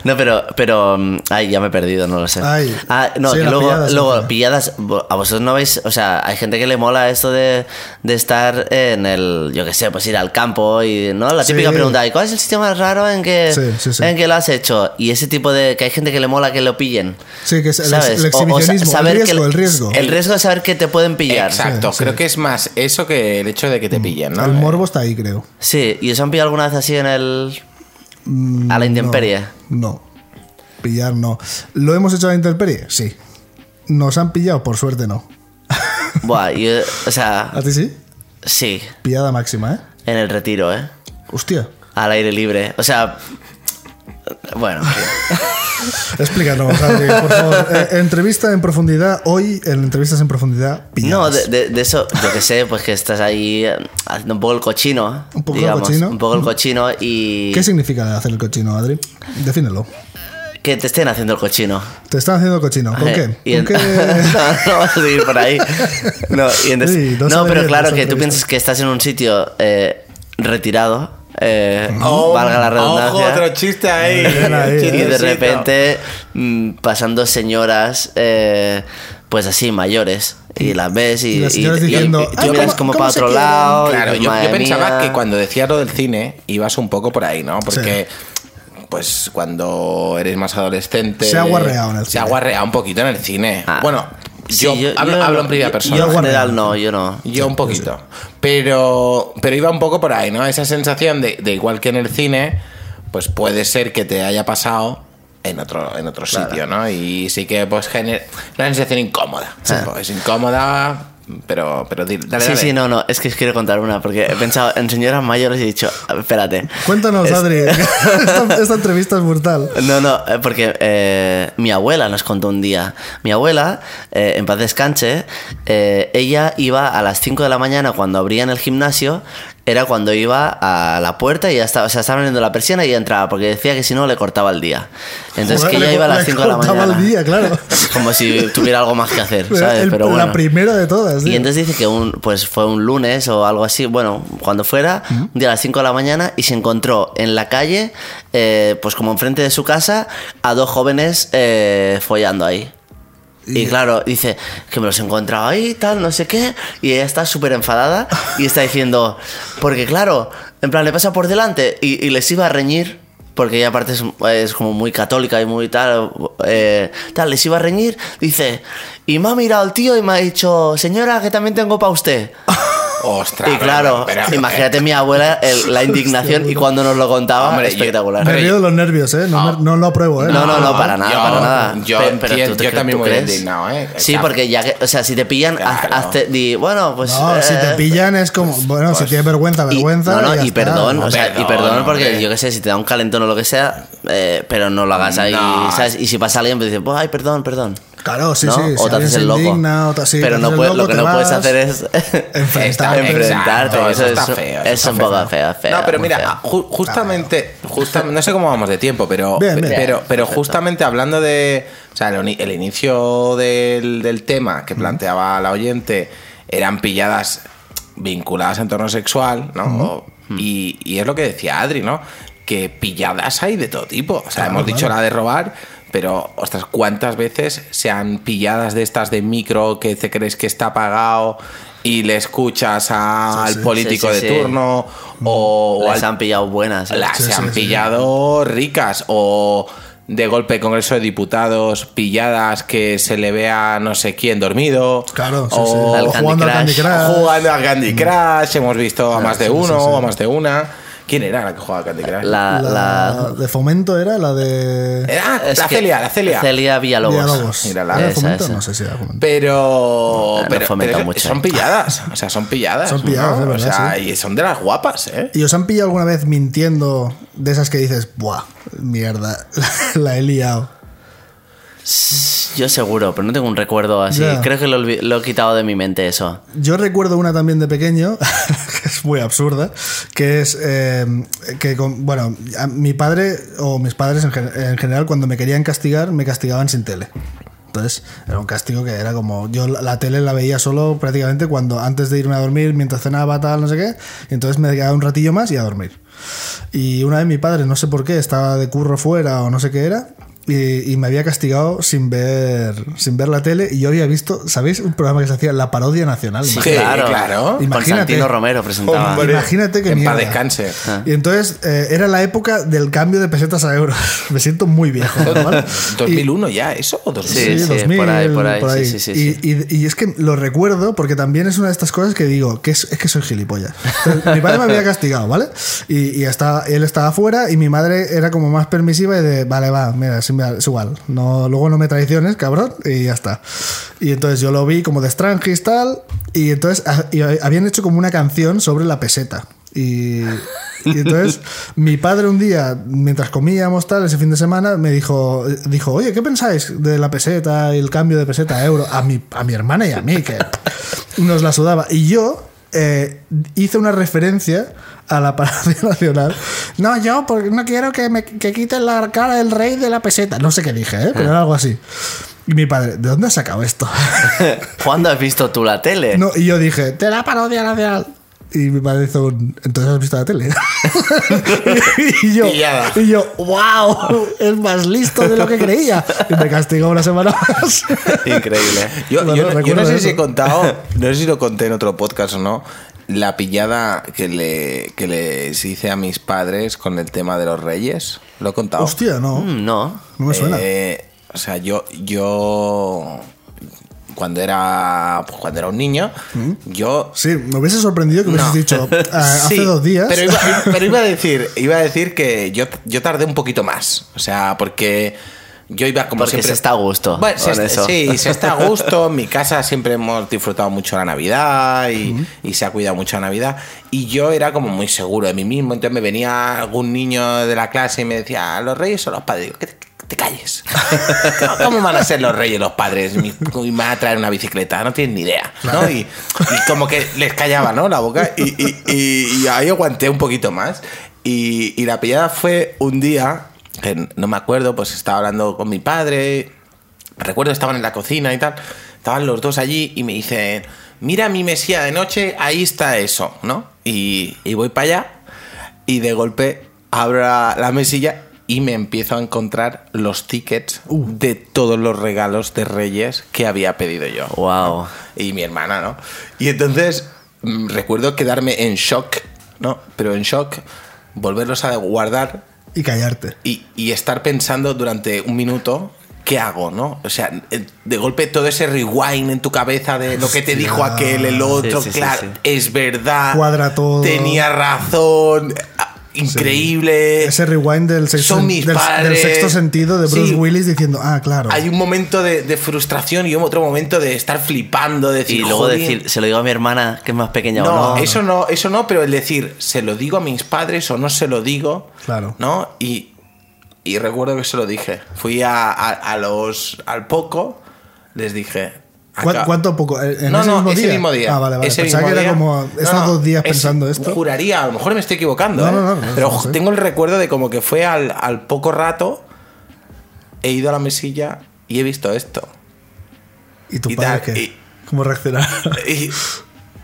S4: No, pero, pero. mm, Ay, ya me he perdido, no lo sé.
S2: Ay.
S4: ah, no,
S2: Sí,
S4: que
S2: las
S4: luego,
S2: pilladas,
S4: pilladas,
S2: ojalá.
S4: luego pilladas. vo- A vosotros no veis. O sea, hay gente que le mola esto de, de estar en el. Yo qué sé, pues ir al campo y. ¿No? La
S2: Sí.
S4: típica pregunta. ¿Y cuál es el sitio más raro en que,
S2: Sí, sí, sí.
S4: en que lo has hecho? Y ese tipo de. Que hay gente que le mola que lo pillen.
S2: Sí, que es el,
S4: ¿Sabes?
S2: el
S4: O- o sa-
S2: exhibicionismo, el
S4: saber que
S2: riesgo, el riesgo.
S4: El riesgo de saber que te pueden pillar.
S3: Exacto.
S2: Sí,
S3: Creo
S2: sí.
S3: que es más eso que el hecho de que te pillen, ¿no?
S2: El
S4: eh.
S2: morbo está ahí, creo.
S4: Sí, ¿y os han pillado alguna vez así en el.
S2: Mm,
S4: A la intemperie.
S2: No, no. Pillar no. ¿Lo hemos hecho a la intemperie? Sí. ¿Nos han pillado? Por suerte no.
S4: Buah, yo- o sea,
S2: ¿A ti sí?
S4: sí,
S2: Pillada máxima, ¿eh?
S4: en el retiro, ¿eh?
S2: Hostia.
S4: al aire libre. O sea, bueno,
S2: Explícanos, Adri, por favor. Eh, entrevista en profundidad. Hoy, en entrevistas en profundidad,
S4: no,
S2: pilladas.
S4: de, de- de eso, yo que sé, pues que estás ahí eh, haciendo un poco el cochino.
S2: Un poco el
S4: digamos,
S2: cochino.
S4: Un poco el cochino y
S2: ¿Qué significa hacer el cochino, Adri? Defínelo.
S4: que te estén haciendo el cochino.
S2: Te están haciendo cochino. ¿Con qué?
S4: Eh, Y
S2: ¿Con
S4: en-
S2: qué?
S4: no, no vas a seguir por ahí. No, y en des-
S2: Sí, no
S4: no,
S2: sabe
S4: pero
S2: bien
S4: claro
S2: esa
S4: que tú
S2: entrevista.
S4: piensas que estás en un sitio eh, retirado, eh,
S3: Oh,
S4: valga la redundancia.
S3: Ojo, otro chiste ahí.
S2: Bien ahí,
S4: Y de
S3: Chistecito.
S4: repente mm, pasan dos señoras, eh, pues así, mayores. Y las ves y,
S2: Mm. Y las
S4: y-
S2: señoras
S4: y-
S2: diciendo,
S4: y tú
S2: "Ay,
S4: miras
S2: ¿cómo-
S4: como para
S2: cómo se
S4: otro
S2: quieren?".
S4: lado. y
S3: Claro,
S4: dices,
S3: yo, yo
S4: "Madre
S3: pensaba
S4: mía".
S3: que cuando decías lo del cine ibas un poco por ahí, ¿no? Porque pues cuando eres más adolescente
S2: Se ha guarreado en el
S3: Se ha
S2: cine.
S3: guarreado un poquito en el cine.
S4: Ah,
S3: bueno,
S4: sí,
S3: yo, hablo, hablo en primera
S4: yo-
S3: persona.
S4: Yo en
S2: Guardia.
S4: general no, yo no.
S3: Yo un poquito. Pero, pero iba un poco por ahí, ¿no? Esa sensación de, de igual que en el cine, pues puede ser que te haya pasado en otro, en otro sitio, ¿no? Y sí que pues genera una sensación incómoda. Es incómoda, pero, pero di- dale,
S4: sí,
S3: dale.
S4: sí, no, no, es que os quiero contar una, porque he pensado en señoras mayores y he dicho, espérate.
S2: Cuéntanos,
S4: Es-
S2: Adri. Esta, esta entrevista es brutal.
S4: No, no, eh, porque eh, mi abuela nos contó un día. Mi abuela, eh, en paz descanse, eh, ella iba a las 5 de la mañana cuando abrían el gimnasio, era cuando iba a la puerta y ya estaba, o sea, estaba abriendo la persiana y ya entraba, porque decía que si no le cortaba el día. Entonces
S2: Joder,
S4: que ella
S2: le-
S4: iba a las
S2: le
S4: 5 de la
S2: cortaba
S4: mañana.
S2: el día, claro.
S4: Como si tuviera algo más que hacer, ¿sabes?
S2: El-
S4: Pero
S2: La
S4: bueno.
S2: primera de todas.
S4: Y
S2: tío.
S4: entonces dice que un, pues fue un lunes o algo así, bueno, cuando fuera, un día a las 5 de la mañana y se encontró en la calle, eh, pues como enfrente de su casa, a dos jóvenes eh, follando ahí. Y, claro, dice que me los he encontrado ahí, tal, no sé qué. Y ella está súper enfadada y está diciendo, porque claro, en plan le pasa por delante y, y les iba a reñir, porque ella aparte es, es como muy católica y muy tal, eh, tal, les iba a reñir. Dice, y me ha mirado el tío y me ha dicho, señora, que también tengo para usted.
S3: Ostras.
S4: y claro,
S3: Ah, pero- eh, pero-
S4: imagínate mi abuela el- la indignación y cuando nos lo contaba,
S3: Hombre, yo-
S4: espectacular.
S2: Me
S3: Pero
S2: río
S3: yo-
S2: de los nervios, ¿eh? No, me- no lo apruebo, ¿eh?
S4: Ah. No, no, no, para nada,
S3: Ah, yo-
S4: para nada.
S3: yo
S4: Pe-
S3: entiendo-
S4: tú te
S3: yo
S4: cre-
S3: también me
S4: ¿tú
S3: hubiera
S4: crees?
S3: indignado, ¿eh?
S4: Sí,
S3: Exacto.
S4: porque ya que, o sea, si te pillan, haz-
S3: Claro.
S4: hazte- di, bueno, pues.
S2: No, si te
S4: eh, pues,
S2: pillan es como, bueno, si tienes vergüenza,
S4: y-
S2: vergüenza.
S4: no, no,
S2: ya
S4: y
S2: está.
S4: perdón, o sea, y
S3: Perdón,
S4: perdón, porque
S3: hombre.
S4: yo qué sé, si te da un calentón o lo que sea, eh, pero no lo hagas ahí,
S3: No.
S4: ¿sabes? Y si pasa alguien, pues dices, pues, ay, perdón, perdón.
S2: Claro, sí,
S4: ¿no?
S2: sí. si
S4: O te
S2: alguien
S4: haces
S2: se
S4: el loco.
S2: indigna, o te- sí,
S4: Pero
S2: te
S4: no
S2: haces el
S4: puedes- lo
S2: loco,
S4: que
S2: te
S4: no puedes
S2: vas.
S4: hacer es
S2: Enfrentar.
S4: Está- enfrentarte,
S3: Exacto,
S4: eso es- eso es un poco feo, feo,
S3: No, pero
S4: muy
S3: mira, ah,
S4: feo.
S3: ju- justamente, justa- no sé cómo vamos de tiempo, pero,
S2: Ah, Bien, bien.
S3: pero,
S4: Bien,
S3: pero
S4: perfecto.
S3: justamente hablando de, o sea, el, oni- el inicio del, del tema que planteaba la oyente, eran pilladas vinculadas a entorno sexual, ¿no?
S4: Hmm.
S3: y, y es lo que decía Adri, ¿no? Que pilladas hay de todo tipo. O sea,
S2: Claro,
S3: hemos dicho
S2: claro.
S3: la de robar, pero, ostras, ¿cuántas veces se han pilladas de estas de micro que te crees que está pagado y le escuchas a-
S2: Sí,
S3: al
S2: sí.
S3: político
S4: Sí, sí,
S3: de
S4: sí.
S3: turno o, o
S4: las
S3: al-
S4: han pillado buenas. ¿eh?
S3: las
S2: Sí,
S3: se
S2: sí,
S3: han
S2: sí, sí.
S3: pillado ricas o de golpe Congreso de Diputados pilladas que se le vea no sé quién dormido
S2: Claro, sí,
S3: o
S2: sí.
S4: al Candy
S2: jugando al Candy
S4: Crush.
S2: Crush.
S3: jugando a Candy Crush hemos visto a más de
S2: sí, sí,
S3: uno
S2: sí.
S3: o a más de una ¿quién era la que jugaba a Candy Crush?
S2: La
S4: La, la-
S2: de fomento era la de.
S3: Era-
S4: es
S3: Ah, la
S4: que-
S3: Celia la Celia
S4: Celia Villalobos.
S2: Diálogos.
S3: Mira,
S2: ¿Era
S3: la-
S2: de
S4: esa,
S2: fomento?
S4: esa.
S2: No sé si era de fomento.
S3: Pero,
S4: no
S3: pero,
S4: fomenta
S3: pero es-
S4: mucho,
S3: son
S4: eh.
S3: pilladas, o sea, son pilladas.
S2: Son pilladas,
S3: ¿no?
S2: es verdad,
S3: O sea,
S2: sí.
S3: y son de las guapas, ¿eh?
S2: ¿Y os han pillado alguna vez mintiendo de esas que dices, buah, mierda, la, la he liado?
S4: Yo seguro, pero no tengo un recuerdo así.
S2: Ya.
S4: Creo que lo, olvi- lo he quitado de mi mente eso.
S2: Yo recuerdo una también de pequeño, que es muy absurda, que es eh, que, con- bueno, a mi padre o mis padres en, gen- en general, cuando me querían castigar, me castigaban sin tele. Entonces, era un castigo que era como. Yo la la tele la veía solo prácticamente cuando antes de irme a dormir, mientras cenaba, tal, no sé qué. Y entonces me quedaba un ratillo más y a dormir. Y una vez mi padre, no sé por qué, estaba de curro fuera o no sé qué era. Y, y me había castigado sin ver sin ver la tele y yo había visto, ¿sabéis? Un programa que se hacía La Parodia Nacional.
S4: Sí,
S2: imagínate.
S4: claro.
S3: claro.
S4: Constantino Romero presentaba.
S3: Hombre.
S2: Imagínate que
S3: en
S2: mierda.
S3: paz descanse.
S4: Ah.
S2: Y entonces eh, era la época del cambio de pesetas a euros. me siento muy viejo. ¿vale? Y-
S3: 2001 ya, eso o 2000?
S4: Sí, sí, por ahí, por ahí, sí, sí, sí,
S2: y, y- y es que lo recuerdo porque también es una de estas cosas que digo, que es, es que soy gilipollas. Entonces, mi padre me había castigado, ¿vale? Y, y estaba- él estaba afuera y mi madre era como más permisiva y de, vale, va, mira, es, es igual. No, luego no me traiciones, cabrón, y ya está. Y entonces yo lo vi como de Strangis, tal, y entonces ha- y habían hecho como una canción sobre la peseta. Y, y entonces mi padre un día, mientras comíamos tal, ese fin de semana, me dijo, dijo oye, ¿qué pensáis de la peseta y el cambio de peseta a euro? A mi, a mi hermana y a mí, que nos la sudaba. Y yo eh, hice una referencia a la Parada Nacional. No, yo porque no quiero que me que quiten la cara del rey de la peseta. No sé qué dije, ¿eh? pero era algo así. Y mi padre, ¿de dónde has sacado esto?
S4: ¿Cuándo has visto tú la
S3: Eh.
S4: tele?
S2: No, y yo dije, te la parodia nacional. Y mi padre hizo un, entonces has visto la tele. y, yo,
S3: Pillada.
S2: y yo, wow, es más listo de lo que creía. Y me castigó una semana más.
S4: Increíble.
S3: Yo,
S2: Bueno,
S3: yo no- yo
S2: recuerdo
S3: no sé
S2: eso.
S3: si he contado, no sé si lo conté en otro podcast o no, la pillada que, le, que les hice a mis padres con el tema de los reyes. ¿Lo he contado?
S2: Hostia, no,
S4: Mm, No.
S2: no me suena.
S3: Eh, o sea, yo, yo cuando era pues, cuando era un niño, yo
S2: sí, me hubiese sorprendido que Mm. hubieses
S3: No.
S2: dicho "Ah, hace
S3: Sí,
S2: dos días.
S3: Pero iba, pero iba a decir, iba a decir que yo, yo tardé un poquito más. O sea, porque yo iba como
S4: Porque
S3: siempre.
S4: se está a gusto
S3: Bueno, se
S4: con
S3: est-
S4: eso.
S3: Sí, se está a gusto. En mi casa siempre hemos disfrutado mucho la Navidad y, y se ha cuidado mucho la Navidad. Y yo era como muy seguro de mí mismo. Entonces me venía algún niño de la clase y me decía, ¿los reyes o los padres? Digo, que te, que te calles. ¿Cómo van a ser los reyes los padres? Mi, mi madre va a traer una bicicleta, no tienes ni idea. ¿no? Y, y como que les callaba ¿no? la boca y, y- y- y ahí aguanté un poquito más. Y, y la pillada fue un día, que no me acuerdo, pues estaba hablando con mi padre, recuerdo estaban en la cocina y tal, estaban los dos allí y me dicen, mira mi mesía de noche, ahí está eso, ¿no? Y, y voy para allá y de golpe abro la la mesilla y me empiezo a encontrar los tickets de todos los regalos de Reyes que había pedido yo
S4: Wow.
S3: y mi hermana, ¿no? Y entonces mm, recuerdo quedarme en shock, ¿no? Pero en shock, volverlos a guardar
S2: Y callarte.
S3: y, y estar pensando durante un minuto. ¿Qué hago, no? O sea, eh, de golpe todo ese rewind en tu cabeza de lo que te dijo aquel, el otro,
S4: Sí, sí, sí,
S3: claro,
S4: sí.
S3: es verdad.
S2: Cuadra todo.
S3: Tenía razón. ah, Increíble.
S2: Ese rewind del sexto,
S3: Eh, Son mis
S2: del, del
S3: padres.
S2: sexto sentido de Bruce
S3: Sí.
S2: Willis diciendo, ah, claro.
S3: Hay un momento de, de frustración y otro momento de estar flipando, de decir,
S4: Y luego
S3: "Joder".
S4: decir, se lo digo a mi hermana, que es más pequeña o
S3: No,
S4: no.
S3: eso no, eso no, pero el decir, se lo digo a mis padres o no se lo digo,
S2: Claro.
S3: ¿no? Y, y recuerdo que se lo dije. Fui a, a- a los, al poco, les dije.
S2: ¿Cu-
S3: acá-
S2: ¿Cuánto poco? Eh, ¿En
S3: no,
S2: ese
S3: no,
S2: mismo
S3: ese
S2: día?
S3: mismo día.
S2: Ah, vale, vale.
S3: Ese
S2: Pensaba
S3: mismo
S2: que
S3: día.
S2: era como. He
S3: No,
S2: estado
S3: no,
S2: dos días
S3: es-
S2: pensando esto.
S3: Juraría, a lo mejor me estoy equivocando.
S2: No,
S3: ¿eh?
S2: no, no, no,
S3: Pero
S2: no sé.
S3: tengo el recuerdo de como que fue al, al poco rato, he ido a la mesilla y he visto esto.
S2: ¿Y tu
S3: y
S2: padre
S3: tal,
S2: qué?
S3: y-
S2: ¿Cómo reaccionar?
S3: Y,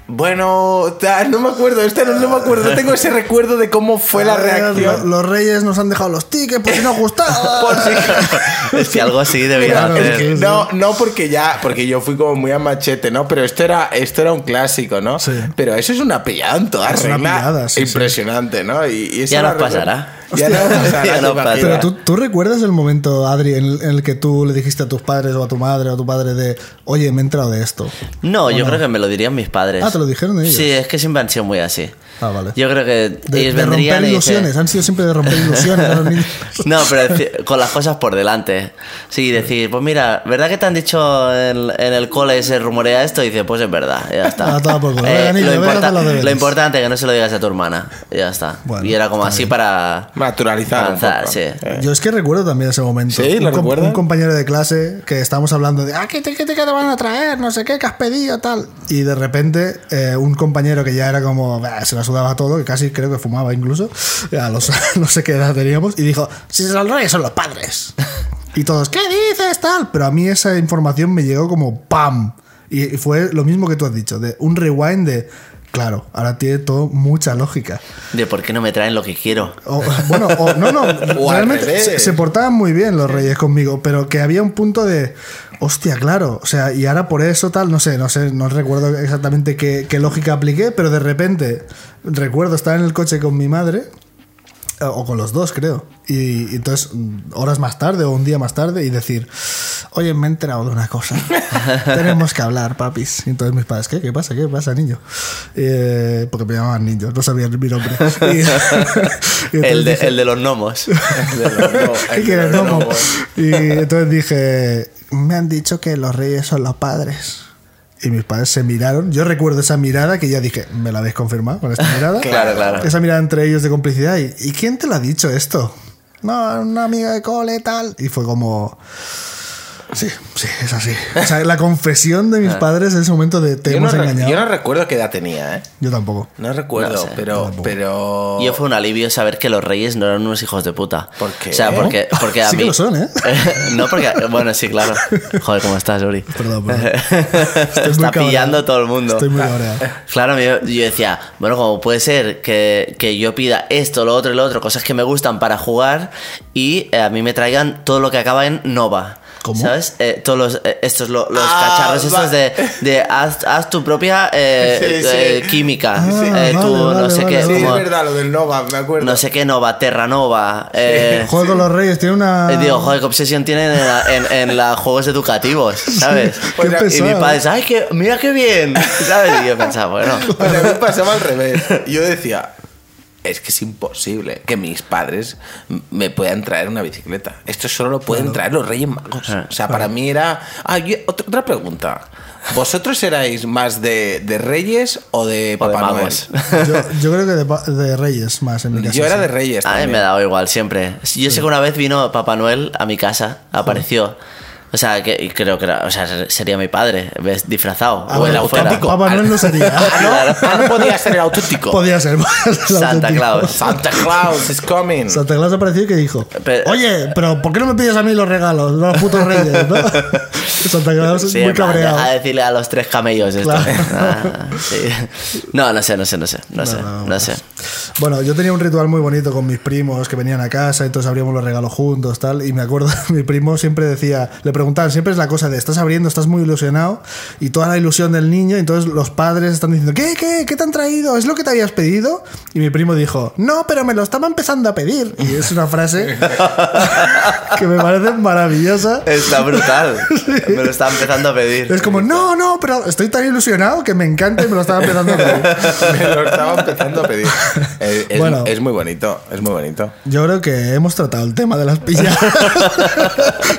S3: bueno, tal, no me acuerdo, esta no, no me acuerdo, no tengo ese recuerdo de cómo fue la
S2: Los,
S3: reacción.
S2: los reyes nos han dejado los tickets por si no gustaba.
S3: Por si-
S4: Es que algo así debía
S2: Claro,
S4: hacer.
S2: es que-
S3: No, no porque ya, porque yo fui como muy a machete, ¿no? Pero esto era, esto era un clásico, ¿no?
S2: Sí.
S3: Pero eso es una pillada en toda
S2: Es una
S3: regla.
S2: pillada, sí, sí.
S3: impresionante, ¿no? Y, y eso
S4: Ya
S3: la
S4: nos
S3: recu-
S4: pasará.
S3: Ya nos pasará.
S4: Ya nos
S3: ¿te imaginas?
S2: Pero ¿tú, tú recuerdas el momento, Adri, en, en el que tú le dijiste a tus padres o a tu madre o a tu padre de, oye, me he entrado de esto.
S4: No, yo creo que me lo dirían mis padres.
S2: Ah, ¿te lo dijeron ellos?
S4: Sí, es que siempre han sido muy así.
S2: Ah, vale.
S4: Yo creo que
S2: De,
S4: ellos
S2: de
S4: vendrían
S2: romper
S4: y
S2: ilusiones,
S4: dicen-
S2: han sido siempre de romper ilusiones a los niños.
S4: No, pero deci- con las cosas por delante. Sí, decir, pues mira, ¿verdad que te han dicho en, en el cole se rumorea esto? Y dice, pues es verdad, ya está. Eh,
S2: Ah, toma por culo. Venga, niño,
S4: lo,
S2: ve,
S4: importa-
S2: haz los deberes.
S4: lo importante es que no se lo digas a tu hermana, ya está.
S2: Bueno,
S4: y era como
S2: está
S4: así
S2: bien.
S4: para
S3: Naturalizar un
S4: avanzar,
S3: poco.
S4: sí.
S2: Yo es que recuerdo también ese momento.
S3: Sí, ¿lo
S2: un, com-
S3: recuerdas?
S2: un compañero de clase que estábamos hablando de, ah, ¿qué te, qué te, qué te van a traer? No sé qué, que has pedido, tal. Y de repente, eh, un compañero que ya era como, "Bah, se la sudaba todo, que casi creo que fumaba incluso, a los no sé qué edad teníamos, y dijo, si son los reyes, son los padres. Y todos, ¿qué dices, tal? Pero a mí esa información me llegó como, ¡pam! Y y fue lo mismo que tú has dicho, de un rewind de, claro, ahora tiene todo mucha lógica.
S4: De por qué no me traen lo que quiero.
S2: O- bueno, o- no, no,
S3: O al
S2: realmente
S3: revés.
S2: se, se portaban muy bien los reyes conmigo, pero que había un punto de, hostia, claro, o sea, y ahora por eso tal, no sé, no sé, no recuerdo exactamente qué, qué lógica apliqué, pero de repente recuerdo estar en el coche con mi madre, o- o con los dos creo, y, y entonces mm, horas más tarde o un día más tarde y decir, oye, me he enterado de una cosa, tenemos que hablar, papis. Y entonces mis padres, ¿qué? ¿Qué pasa? ¿Qué pasa, niño? Eh, porque me llamaban niño, no sabían mi nombre. Y- y entonces
S4: El de,
S2: dije-
S4: el de los gnomos.
S2: ¿Qué quieres, loco? Y entonces dije, me han dicho que los reyes son los padres. Y mis padres se miraron. Yo recuerdo esa mirada que ya dije, ¿me la habéis confirmado con esta mirada?
S4: Claro, claro.
S2: Esa mirada entre ellos de complicidad. ¿Y, ¿y quién te lo ha dicho esto? No, una amiga de cole, tal. Y fue como... Sí, sí, es así. O sea, la confesión de
S4: Ah.
S2: mis padres en ese momento de te
S3: Yo no,
S2: hemos
S3: re-
S2: engañado.
S3: yo no recuerdo qué edad tenía, ¿eh?
S2: Yo tampoco.
S3: No recuerdo,
S4: No sé,
S3: pero,
S2: tampoco.
S3: pero.
S4: Yo fue un alivio saber que los reyes no eran unos hijos de puta.
S3: ¿Por qué?
S4: O sea, porque, porque a
S2: Sí
S4: mí.
S2: que lo son, ¿eh?
S4: no, porque. Bueno, sí, claro. Joder, ¿cómo estás, Uri?
S2: Perdón, perdón. Estoy muy
S4: Está
S2: cabreado.
S4: pillando todo el mundo.
S2: Estoy muy cabreado.
S4: Claro, yo, yo decía, bueno, como puede ser que, que yo pida esto, lo otro y lo otro, cosas que me gustan para jugar y eh, a mí me traigan todo lo que acaba en Nova?
S2: ¿Cómo?
S4: ¿Sabes? Eh, todos los, eh, estos, lo- los
S3: Ah,
S4: cacharros
S3: va-
S4: estos de, de haz, haz tu propia eh,
S3: Sí, sí.
S4: eh, química.
S2: Ah,
S4: eh,
S2: vale,
S4: tú, no
S2: vale,
S4: sé
S2: vale,
S4: qué.
S3: Sí,
S2: vale.
S4: como-
S3: es verdad, lo del Nova, me acuerdo.
S4: no sé qué Nova, Terra Nova. eh,
S2: Juego con los reyes tiene una...
S4: y Eh, digo, joder, qué obsesión tienen en, la- en, en la juegos educativos, ¿sabes?
S2: qué
S4: y mi
S2: pesado. ¿eh?
S4: padre dice, ay, que, mira qué bien, ¿sabes? Y yo pensaba, bueno,
S3: O sea, a mí me pasaba al revés. Yo decía, es que es imposible que mis padres m- me puedan traer una bicicleta. Esto solo lo pueden traer los Reyes Magos.
S4: Ah,
S3: O sea, para mí era... Ah, y otra, otra pregunta. ¿Vosotros erais más de, de Reyes o de
S4: o de
S3: Papá Noel?
S4: magos.
S2: Yo, yo creo que de, pa- de Reyes más en mi casa.
S3: Yo era
S2: sí.
S3: de Reyes.
S4: A mí
S3: también.
S4: me ha dado igual siempre. Yo sé que una vez vino Papá Noel a mi casa, apareció. O sea, que y creo que era- o sea, ser- sería mi padre, ¿ves? disfrazado.
S2: Ah,
S4: o el
S2: bueno,
S4: afuera.
S2: auténtico. Papá Noel no sería.
S3: Ah, no, Ah, no podía ser el auténtico.
S2: Podía ser. podía ser
S4: Santa
S2: auténtico.
S4: Claus.
S3: Santa Claus is coming.
S2: Santa Claus apareció y que dijo,
S4: Pero-
S2: oye, pero ¿por qué no me pides a mí los regalos? Los putos reyes, ¿no? Santa Claus es
S4: Sí,
S2: muy
S4: en plan,
S2: cabreado.
S4: A decirle a los tres camellos esto.
S2: Claro.
S4: Ah, sí. No, no sé, no sé, no sé. No, sé,
S2: no,
S4: no,
S2: pues.
S4: sé.
S2: Bueno, yo tenía un ritual muy bonito con mis primos que venían a casa, entonces abríamos los regalos juntos, tal. Y me acuerdo, mi primo siempre decía, le preguntaban, siempre es la cosa de, estás abriendo, estás muy ilusionado, y toda la ilusión del niño, y entonces los padres están diciendo, ¿qué, qué, qué te han traído? ¿Es lo que te habías pedido? Y mi primo dijo, no, pero me lo estaba empezando a pedir. Y es una frase que me parece maravillosa.
S4: Está brutal. Me lo está empezando a pedir.
S2: Es como, no, no, pero estoy tan ilusionado que me encanta y me lo estaba empezando a pedir.
S3: Me lo estaba empezando a pedir. Es, es-
S2: Bueno.
S3: es muy bonito, es muy bonito.
S2: Yo creo que hemos tratado el tema de las pilladas,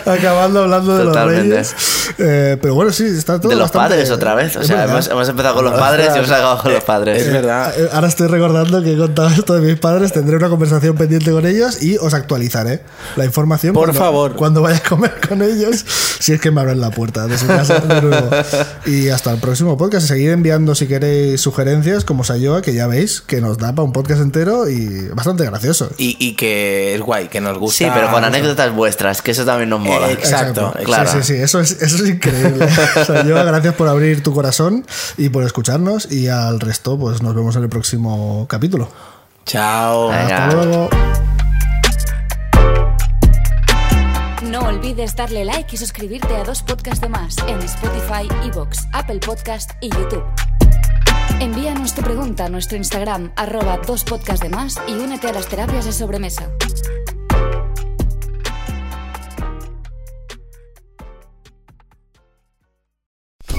S2: acabando hablando de
S4: Totalmente.
S2: los reyes. Eh, pero bueno, sí, está todo
S4: De los
S2: bastante-
S4: padres otra vez. O
S2: es
S4: sea,
S2: verdad.
S4: hemos, hemos empezado con los padres y hemos acabado con los padres.
S3: Es verdad.
S2: Eh, Ahora estoy recordando que he contado esto de mis padres, tendré una conversación pendiente con ellos y os actualizaré la información.
S3: Por
S2: cuando-
S3: favor.
S2: Cuando vaya a comer con ellos, si es que me abren la puerta de su casa de nuevo. Y hasta el próximo podcast. Seguid enviando si queréis sugerencias, como Sayoa, que ya veis que nos da para un podcast entero y bastante gracioso.
S3: Y, y que es guay, que nos gusta.
S4: Sí, pero con anécdotas vuestras, que eso también nos mola.
S3: Eh, Exacto,
S4: claro.
S2: Sí, sí, sí, eso es, eso es increíble. O sea, yo, gracias por abrir tu corazón y por escucharnos. Y al resto, pues nos vemos en el próximo capítulo.
S3: Chao.
S4: Venga.
S2: Hasta luego.
S1: No olvides darle like y suscribirte a dos podcasts de más en Spotify, Evox, Apple Podcast y YouTube. Envíanos tu pregunta a nuestro Instagram, arroba dos podcasts de más y únete a las terapias de sobremesa.